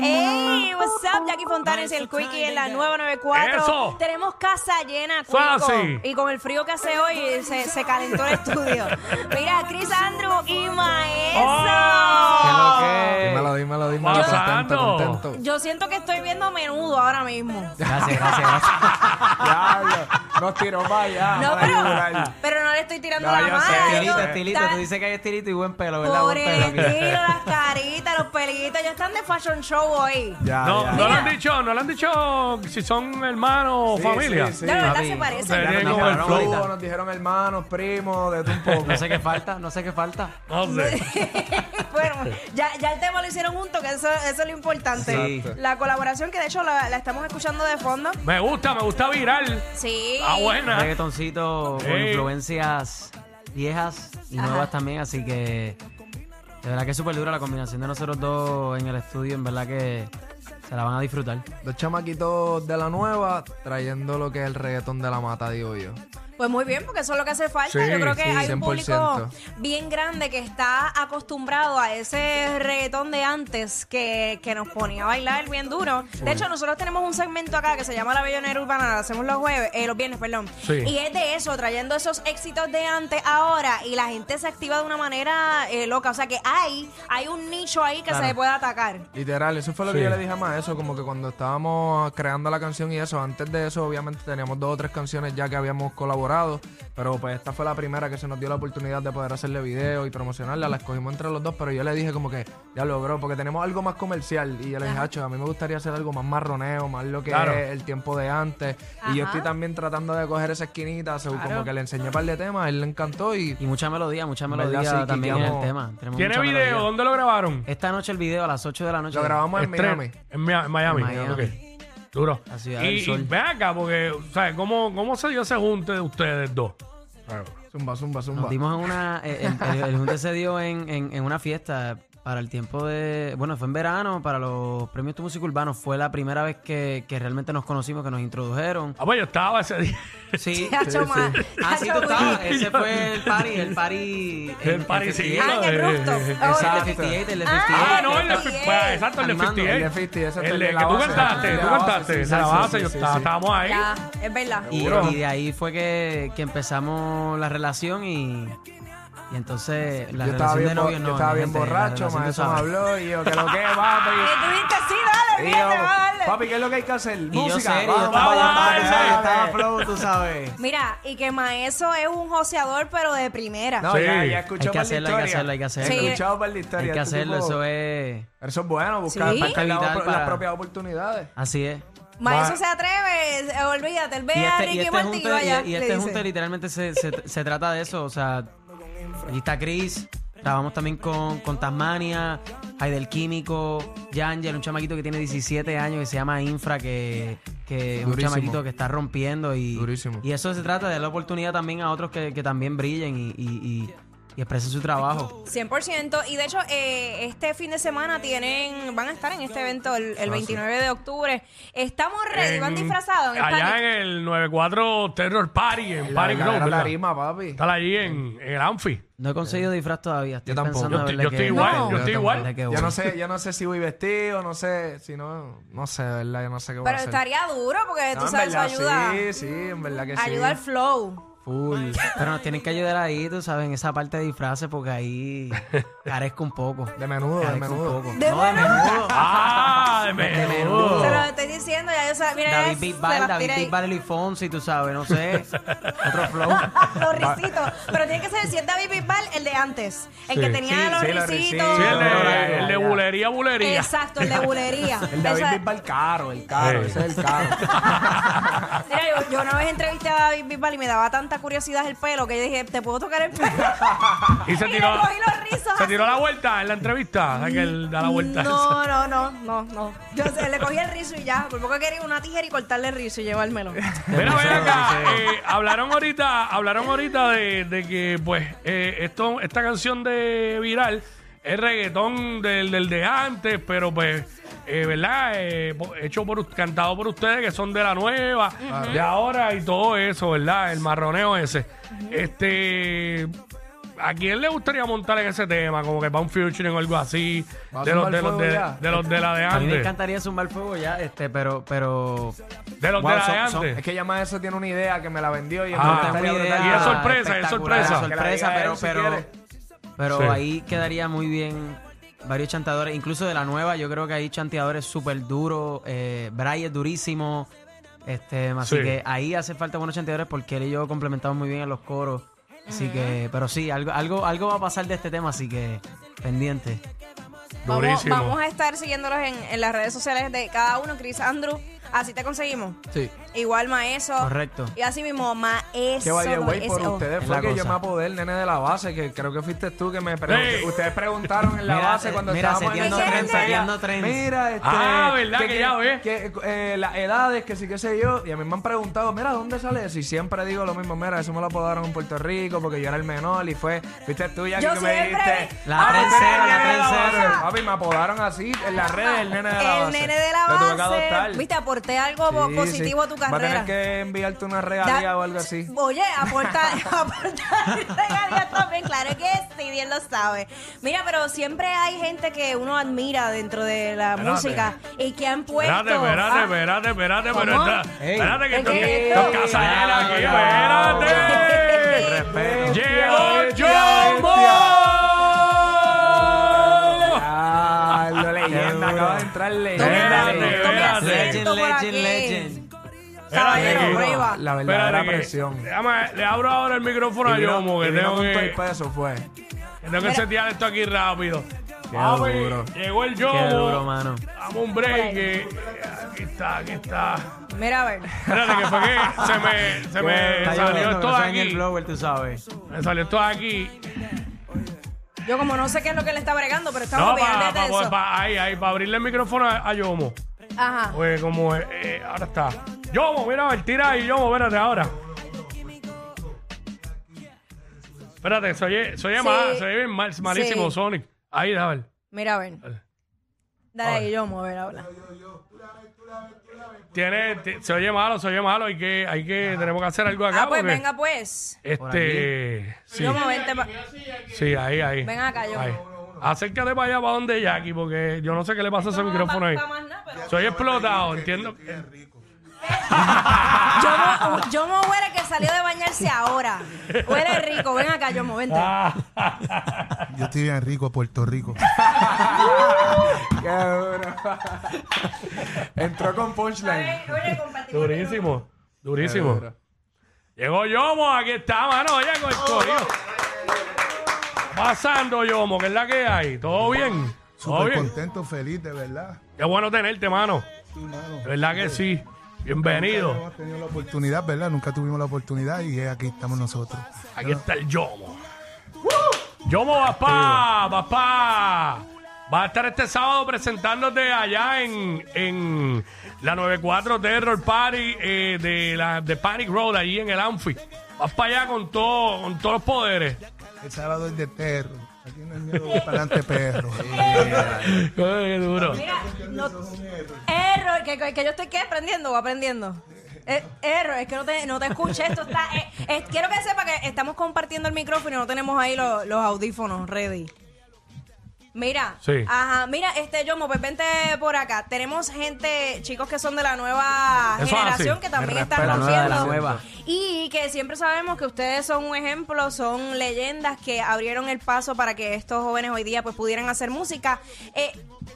Hey, what's up? Jackie Fontanes, el Quickie en la nueva 94. Eso. Tenemos casa llena, Fácil. Quico. Y con el frío que hace hoy, se, se calentó el estudio. Mira, Chris Andrew y Oh. Maestro. ¿Qué Dímelo, dímelo, dímelo. Yo- Contento, Pasando. contento. Yo siento que estoy viendo menudo ahora mismo. Gracias, gracias, gracias. Diablo, nos tiró para allá. No, para pero, ayudar. pero no le estoy tirando No, la yo mano. sé, yo- Estilito, estilito. ta- Tú dices que hay estilito y buen pelo, ¿verdad? Por Buen el pelo. aquí. estilo, las caritas, los pelitos. Ya están de fashion show hoy. Ya, No, ya. no lo han dicho, no lo han dicho si son hermanos o Sí, familia. sí, sí. de verdad se papi. parecen. Sería Ya como nos el dijeron flow. abuelos, nos dijeron hermanos, primos, de tu un poco. No sé qué falta, no sé qué falta. No sé. bueno, ya, ya el tema lo hicieron juntos, que eso, eso es lo importante. Exacto. La colaboración, que de hecho la, la estamos escuchando de fondo. Me gusta, me gusta viral. Sí. Ah, buena. Reggaetoncito con Ey. influencias viejas y Ajá. nuevas también, así que de verdad que es súper dura la combinación de nosotros dos en el estudio, en verdad que se la van a disfrutar. Dos chamaquitos de la nueva trayendo lo que es el reggaetón de la mata, digo yo. Pues muy bien, porque eso es lo que hace falta. Sí, Yo creo que sí, hay un 100%. público bien grande que está acostumbrado a ese reggaetón de antes que, que nos ponía a bailar bien duro. De hecho, nosotros tenemos un segmento acá que se llama La Bellonera Urbana, lo hacemos los jueves, eh, los viernes, perdón. Sí. Y es de eso, trayendo esos éxitos de antes ahora y la gente se activa de una manera eh, loca. O sea que hay, hay un nicho ahí que se puede atacar. Literal, eso fue lo que Sí. yo le dije a más eso, como que cuando estábamos creando la canción y eso, antes de eso obviamente teníamos dos o tres canciones ya que habíamos colaborado, pero pues esta fue la primera que se nos dio la oportunidad de poder hacerle video y promocionarla, la escogimos entre los dos, pero yo le dije como que, ya lo bro, porque tenemos algo más comercial y yo le dije, "Acho, a mí me gustaría hacer algo más marroneo, más lo que Claro. es el tiempo de antes, y yo Ajá. estoy también tratando de coger esa esquinita, so, Claro. como que le enseñé un par de temas, él le encantó y... Y mucha melodía, mucha ¿Verdad? melodía Sí, que también en el llamo- tema. Tenemos ¿Tiene mucha video? melodía. ¿Dónde lo grabaron? Esta noche el video a las 8 de la noche. Lo grabamos Eh, en Estreno. Miami. En Mia- en Miami. En Miami. ok. Duro. La Y, ciudad del y sol. ven acá, porque, o sea, ¿cómo, ¿cómo se dio ese junte de ustedes dos? Zumba, zumba, zumba. Nos dimos en una. eh, El, el- el junte se dio en, en- en una fiesta para el tiempo de. Bueno, fue en verano, para los premios Tu Música Urbano. Fue la primera vez que, que realmente nos conocimos, que nos introdujeron. Ah, pues yo estaba ese día. Sí. Ha hecho más. Ah, sí, ha tú hecho estabas. muy- Ese fue el party, el party. El party, sí. 58. Ah, en el rooftop. Exacto, Exacto. el 58, el de Ah, 58. eh, Ah, no, el de el de 50. Pues, exacto, el de Armando, 58. el de 50, ese El es el de de que la tú base, cantaste, el de tú la base, cantaste. sí, De la sí, sí, base, yo sí, estaba- sí. estábamos ahí. Ya, es verdad. Y, Seguro. y de ahí fue que, que empezamos la relación y, y entonces la yo estaba relación bien, de bo- novio no. yo estaba mi bien gente, la borracho, relación, tú maestro me sabes. habló y yo, que lo que, ¿Qué papi. tuviste? Eh, Sí, dale, Y olvídate, yo, dale. papi, ¿qué es lo que hay que hacer? Y yo Música. serio, yo vamos, estaba, yo vamos, estaba, dale, tú sabes, yo dale. estaba flow, tú sabes. Mira, y que Maeso es un joseador, pero de primera. No, Sí. ya, ya Hay escuchó que para la hacerlo, hay que hacerlo, hay historia. Sí. que hacerlo. Escuchado para la Hay historia. que este hacerlo, tipo- eso es. Eso es bueno, buscar Sí. buscar Vital las pro- para- las propias oportunidades. Así es. Maeso se atreve, eh, olvídate, él ve Y a este, y Ricky este Martin y junte, vaya, y- y le este dice. junte literalmente se, se- se trata de eso. O sea, aquí está Chris, grabamos también con, con Tasmania, hay del Químico, Yangel, un chamaquito que tiene 17 años que se llama Infra, que, que es un Durísimo. chamaquito que está rompiendo. Y, Durísimo. y eso se trata de dar la oportunidad también a otros que, que también brillen y, y- y- y expresen su trabajo. 100%. Y de hecho, eh, este fin de semana tienen, van a estar en este evento el, el 29 de octubre. Estamos ready, van En- disfrazados. en el Allá party. en el 94 Terror Party, en La Party Grove. verdadera ¿verdad? tarima, papi. Están allí en, en el Anfi. No he conseguido disfraz todavía. Estoy Yo tampoco. pensando Yo a estoy- verle yo qué- estoy igual, yo estoy a igual. verle qué Yo voy. no sé, yo no sé si voy vestido, no sé, si no, no sé, de verdad, yo no sé qué voy a Pero hacer. estaría duro porque No, tú en sabes, eso verdad, ayuda, Sí, sí, en verdad que sí. ayuda al flow. Full. Pero nos tienen que ayudar ahí, tú sabes, en esa parte de disfraces, porque ahí carezco un poco. De menudo, de Carezco menudo. un poco. De no, de menudo. Ah, de menudo. menudo. Se lo estoy diciendo, ya yo sabía. Mira, David es- se Bisbal, las David tiré ahí. Bisbal y Fonsi, tú sabes, no sé. Otro flow. los risitos. Pero tiene que ser si es David Bisbal, el de antes. El que tenía Sí, los sí, los risitos. risitos. Sí, el Ya, de, ya, el de ya. bulería, bulería. Exacto, el de bulería. El David Esa- Bisbal caro, el caro, Sí. ese es el caro. Mira, yo, yo una vez entrevisté a David Bisbal y me daba tanta esa curiosidad el pelo que yo dije, ¿te puedo tocar el pelo? Y se Y tiró, le cogí los rizos se así. tiró la vuelta en la entrevista. O sea, que él da la vuelta. No, no, no, no, no. Yo sé, le cogí el rizo y ya. Por poco quería una tijera y cortarle el rizo y llevármelo. Mira, ven Demasiado, acá. demasiado. eh, hablaron ahorita, hablaron ahorita de, de que, pues, eh, esto, esta canción de Viral es reggaetón del, del de antes, pero pues, eh, ¿verdad? Eh, po- hecho por, us- cantado por ustedes que son de la nueva, de ahora y todo eso, ¿verdad? El marroneo ese. Este. ¿A quién le gustaría montar en ese tema? Como que para un featuring o algo así. Va a De los zumbar de, los fuego de, ya. de los de la de A mí me antes. encantaría zumbar fuego ya, este, pero, pero De los Wow, de la son- de son- Es antes. que ya más eso tiene una idea que me la vendió y en Ah, verdad tengo estaría una brutal. idea Y es sorpresa, es espectacular, sorpresa. Que la sorpresa, diga él pero, si pero, quiere. pero Sí. ahí quedaría muy bien varios chantadores, incluso de la nueva, yo creo que hay chanteadores súper duros, eh, Bray es durísimo, este, así Sí. que ahí hace falta buenos chanteadores porque él y yo complementamos muy bien en los coros. Así que, pero sí, algo, algo, algo va a pasar de este tema, así que pendiente. Vamos, Durísimo. vamos a estar siguiéndolos en, en las redes sociales de cada uno, Chris Andrew. Así te conseguimos. Sí. Igual Maeso. Correcto. Y así mismo, Maeso. Que vaya, güey, por Maeso. ustedes Es fue la que yo cosa. me apodé el nene de la base, que creo que fuiste tú que me preguntaste. Sí. Ustedes preguntaron en la Mira, base eh, cuando mira, estábamos en seteando la trends, entrevista, seteando trends. Mira, este, Ah, ¿verdad? Que ya ves. que, eh, las edades, que sí, que sé yo. Y a mí me han preguntado, mira, ¿dónde sale eso? Y siempre digo lo mismo, mira, eso me lo apodaron en Puerto Rico porque yo era el menor y fue, fuiste tú ya que Yo me siempre dijiste. vi- La "Ah, tú eres trencera, el la nene de base". trencera. Papi, me apodaron así en las redes, el nene de la El base. nene de la Lo tuve que base. adoptar. Viste, aporté algo po- Sí, positivo sí. a tu Va a carrera. tener que enviarte una Da- regalía o algo así. Oye, aportar, aportar regalías también, claro que sí, bien lo sabe. Mira, pero siempre hay gente que uno admira dentro de la Espérate. música y que han puesto. Espérate, espérate, Ah, espérate, espérate, pero ¿Cómo? está. Ey. Espérate, que ¿Qué esto es esto es esto? casajera aquí, Cuidado, espérate. Respeto. Llegó Bestia, Jumbo. Ah, la leyenda, acaba de entrar leyenda. Espérate, leyenda. Tome espérate. asiento por aquí. Espérate, Caballero, que- prueba. La verdadera Espérate, que- presión. déjame- le abro ahora el micrófono a Y vino- Yomo, que y vino tengo con todo que, el peso fue. tengo que setear esto aquí rápido. Papi, duro. Llegó el Qué duro, Yomo. mano. Damos un break. eh, Aquí está, aquí está. Mira, a ver. Espérate, que fue que se me, se me Está salió lloviendo, que esto no saben el aquí. blower, tú sabes. Me salió esto aquí. Yo como no sé qué es lo que le está bregando, pero estamos No, bien para de eso. abrirle el micrófono a, a Yomo. Ajá. Pues como eh, eh, ahora está. Yomo, mira, el tira ahí, Yomo, espérate ahora. Espérate, se oye, se oye Sí. mal, se oye bien mal, malísimo, Sí. Sonic. Ahí, déjame ver. Mira, a ver. Dale ahí, yo a ver, habla. Tiene, ti- se oye malo, se oye malo, hay que, hay que, tenemos que hacer algo acá. Ah, pues porque, venga, pues. Este, sí, Yomo, vente pa- sí, ahí, ahí. Ven acá, Yomo. Ahí. Acércate para allá, para donde Jackie, porque yo no sé qué le pasa a ese micrófono ahí. Pa- pa' más nada, pero- Soy explotado, entiendo. Ah. Yomo, Yomo huele que salió de bañarse ahora. Huele rico. Ven acá, Yomo, vente. Ah. Yo estoy bien rico, Puerto Rico. Ah, Qué duro. Entró con punchline. Oye, compartimos. Durísimo, durísimo. duro. Llegó Yomo, aquí está, mano, oye, con el corillo. Pasando, Yomo, que es la que hay. ¿Todo bien? ¿Todo Súper bien? contento, feliz, de verdad. Qué bueno tenerte, mano. Sí, mano. De verdad que sí. Bienvenido. Hemos tenido la oportunidad, ¿verdad? Nunca tuvimos la oportunidad y aquí estamos nosotros. Aquí está el Yomo. Yomo, papá, papá. Va a estar este sábado presentándote allá en, en la 94 Terror Party eh, de, la, de Panic Road, allí en el Anfi. Vas para allá con, todo, con todos los poderes. El sábado es de perro. Aquí no hay miedo de para adelante, perro. Ay, Qué duro. Mira, no- error, que, que yo estoy ¿qué? aprendiendo o aprendiendo. Eh, error, es que no te, no te escuché. Esto está, eh, eh, quiero que sepa que estamos compartiendo el micrófono y no tenemos ahí los, los audífonos ready. Mira, Sí. ajá, mira, este Yomo, pues vente por acá. Tenemos gente, chicos que son de la nueva Eso es generación así. que también Me están respeta, la nueva de la rompiendo. nueva. Y que siempre sabemos que ustedes son un ejemplo, son leyendas que abrieron el paso para que estos jóvenes hoy día pues pudieran hacer música. Eh,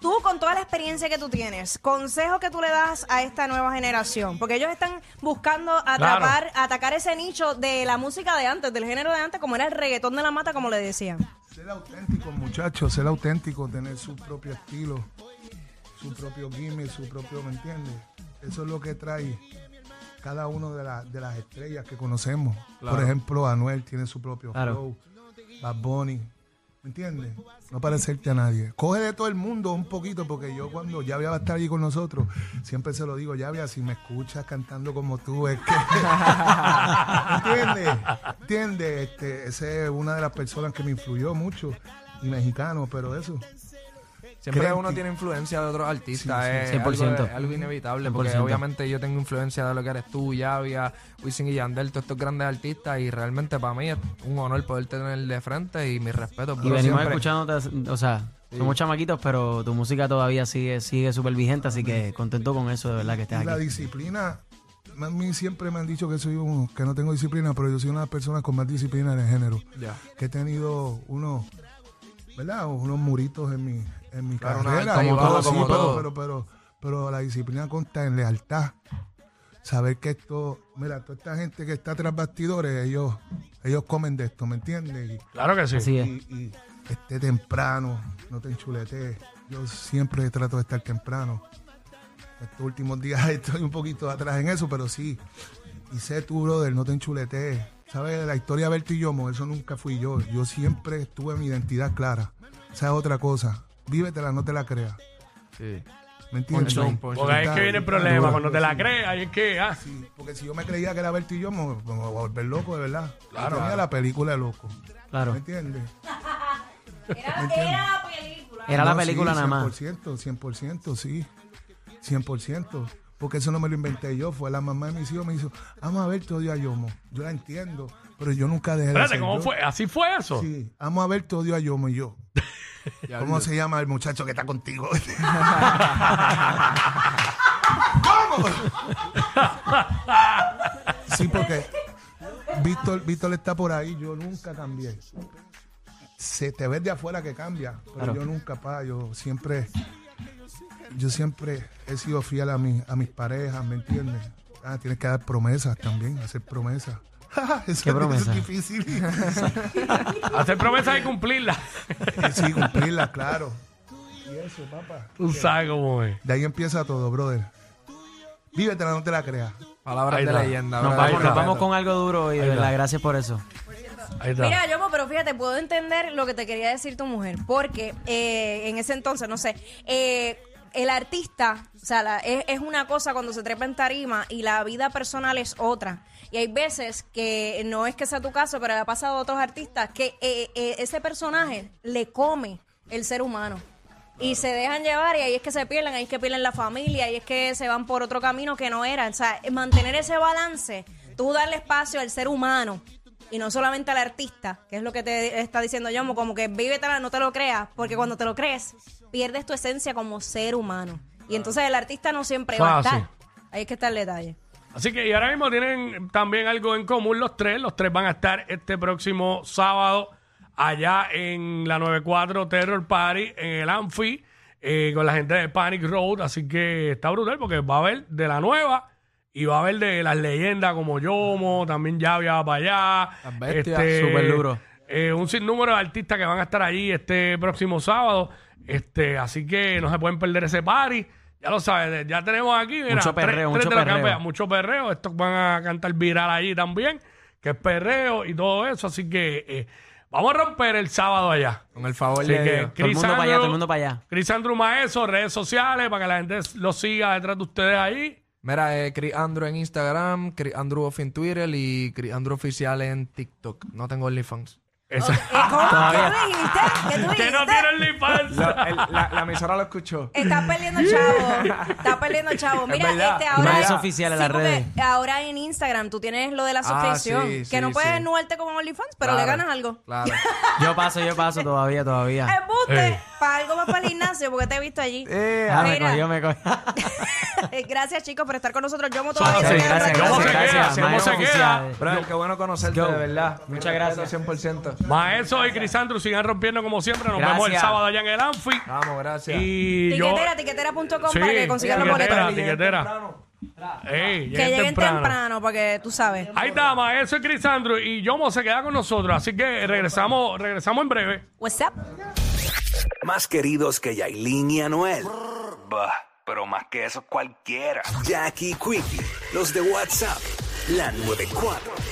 tú con toda la experiencia que tú tienes, consejo que tú le das a esta nueva generación, porque ellos están buscando atrapar, atacar ese nicho de la música de antes, del género de antes, como era el reggaetón de la mata, como le decían. Ser auténtico, muchachos, ser auténtico, tener su propio estilo, su propio gimmick, su propio, ¿me entiendes? Eso es lo que trae cada una de, la- de las estrellas que conocemos. Claro. Por ejemplo, Anuel tiene su propio Claro. flow, Bad Bunny. ¿Me entiendes? No parecerte a nadie. Coge de todo el mundo un poquito, porque yo cuando Yavia va a estar allí con nosotros, siempre se lo digo, Yavia, si me escuchas cantando como tú, es que. ¿Entiendes? ¿Entiendes? Este, esa es una de las personas que me influyó mucho, y mexicano, pero eso. Siempre Creen uno que- tiene influencia de otros artistas, Sí, sí, es, 100%. Algo, es algo inevitable, porque 100%. obviamente yo tengo influencia de lo que eres tú, Yavia, Wisin y Yandel, todos estos grandes artistas, y realmente para mí es un honor poder tener de frente y mi respeto. Y venimos escuchando, o sea, somos chamaquitos, pero tu música todavía sigue sigue súper vigente, así que contento con eso, de verdad, que Y estés la aquí. disciplina, a mí siempre me han dicho que soy un, que no tengo disciplina, pero yo soy una de las personas con más disciplina en el género. Ya. Que he tenido unos, ¿verdad? Unos muritos en mi, en mi Claro, una carrera. alta y y baja, todo, como sí, pero- todo. Pero, pero, pero la disciplina consta en lealtad. Saber que esto, mira, toda esta gente que está tras bastidores, ellos, ellos comen de esto, ¿me entiendes? Y- Claro que sí. Así es. y, y esté temprano, no te enchuletes. Yo siempre trato de estar temprano. Estos últimos días estoy un poquito atrás en eso, pero sí. Y sé tú, brother, no te enchuletes. ¿Sabes? La historia de Berto y Yomo, eso nunca fui yo. Yo siempre tuve mi identidad clara. Esa es otra cosa. Vívetela, no te la creas. Sí. ¿Me entiendes? Ponchón, ponchón. Porque ahí es que viene el problema, cuando te la crees, ahí es que... ah, Sí, porque si yo me creía que era Berto y Yomo, me voy a volver loco, de verdad. Claro. Tenía la película de loco. ¿Me Claro. entiendes? Era, era la película. Era la No, sí, película nada más. 100%, 100%, sí. 100%. Porque eso no me lo inventé yo. Fue la mamá de mis hijos me hizo, vamos a ver todo a Yomo. Yo la entiendo, pero yo nunca dejé de Espérate, ser ¿cómo yo. fue? ¿Así fue eso? Sí, vamos a ver todo a Yomo y yo. ¿Cómo se llama el muchacho que está contigo? ¿Cómo? sí, porque Víctor, Víctor está por ahí, yo nunca cambié. Se te ve de afuera que cambia, pero Claro. yo nunca, pa, yo siempre, yo siempre he sido fiel a, mi, a mis parejas, ¿me entiendes? Ah, tienes que dar promesas también, hacer promesas. eso, ¿Qué eso promesa? es difícil. Hacer promesas y cumplirlas. sí, cumplirlas, claro. Y eso, papá. Tú sabes cómo es. De ahí empieza todo, brother. Vívetela, no te la creas. Palabras Ahí de está. leyenda. Nos ¿verdad? vamos, está. nos vamos con algo duro y de está. verdad, gracias por eso. Ahí está. Mira, Yomo, pero fíjate, puedo entender lo que te quería decir tu mujer, porque eh, en ese entonces, no sé, eh, el artista, o sea, la- es, es una cosa cuando se trepa en tarima y la vida personal es otra. Y hay veces que, no es que sea tu caso, pero le ha pasado a otros artistas, que eh, eh, ese personaje le come el ser humano. Y se dejan llevar y ahí es que se pierden, ahí es que pierden la familia, ahí es que se van por otro camino que no era. O sea, mantener ese balance, tú darle espacio al ser humano y no solamente al artista, que es lo que te está diciendo Yomo, como que vívetela, no te lo creas, porque cuando te lo crees, pierdes tu esencia como ser humano. Y entonces el artista no siempre va a Fácil. estar. Ahí es que está el detalle. Así que y ahora mismo tienen también algo en común los tres. Los tres van a estar este próximo sábado allá en la 94 Terror Party, en el Anfi, eh, con la gente de Panic Road. Así que está brutal porque va a haber de la nueva y va a haber de las leyendas como Yomo, también Yavia va para allá. Este, Las bestias, súper duro. eh, un sinnúmero de artistas que van a estar allí este próximo sábado. Este, así que no se pueden perder ese party. Ya lo sabes, ya tenemos aquí Mira, Mucho tres- perreo, tres mucho de la perreo. campeona, mucho perreo. Estos van a cantar viral allí también, que es perreo y todo eso. Así que eh, vamos a romper el sábado allá. Con el favor Así de que Dios. Todo el Chris mundo para allá, Andrew- todo el mundo para allá. Chris Andrew Maeso, redes sociales, para que la gente lo siga detrás de ustedes ahí. Mira, eh, Chris Andrew en Instagram, Chris Andrew Off en Twitter y Chris Andrew Oficial en TikTok. No tengo OnlyFans. Esa- Eh, ¿Cómo? Todavía. ¿Qué tú dijiste? ¿Qué tú que dijiste? no tienen ni panza. la, emisora lo escuchó. Estás perdiendo chavo. Estás perdiendo chavo. Es Mira, verdad. este Y ahora. más oficial en las porque redes. Ahora en Instagram tú tienes lo de la Ah, suscripción. sí, que sí, no puedes sí. anuarte como OnlyFans, pero le ganas algo. Claro. Yo paso, yo paso todavía, todavía. Embuste. Ey. Para algo más para el gimnasio, porque te he visto allí. Eh, Ah, me Mira. cogió, me cogió. gracias, chicos, por estar con nosotros. Yo, Son- todavía sí, se gracias, queda por aquí. gracias, gracias, gracias. gracias. ¿Cómo se Maestro queda? oficial. Bro, qué bueno conocerte, Go. de verdad. Muchas gracias. 100%. Maeso y Chris Andrew sigan rompiendo como siempre. Nos vemos el Gracias. sábado allá en el Anfi. Vamos, gracias. Y yo. Tiquetera, tiquetera.com Sí, para que consigan los boletos. tiquetera, Lleguen tiquetera. temprano. Ey, Que lleguen temprano, porque tú sabes. Ahí está, maestro Chris Andrew y Yomo se queda con nosotros, así que regresamos, regresamos en breve. What's up? Más queridos que Yailin y Anuel. Bah. pero más que eso cualquiera. Jackie Quickie, los de WhatsApp, la 94.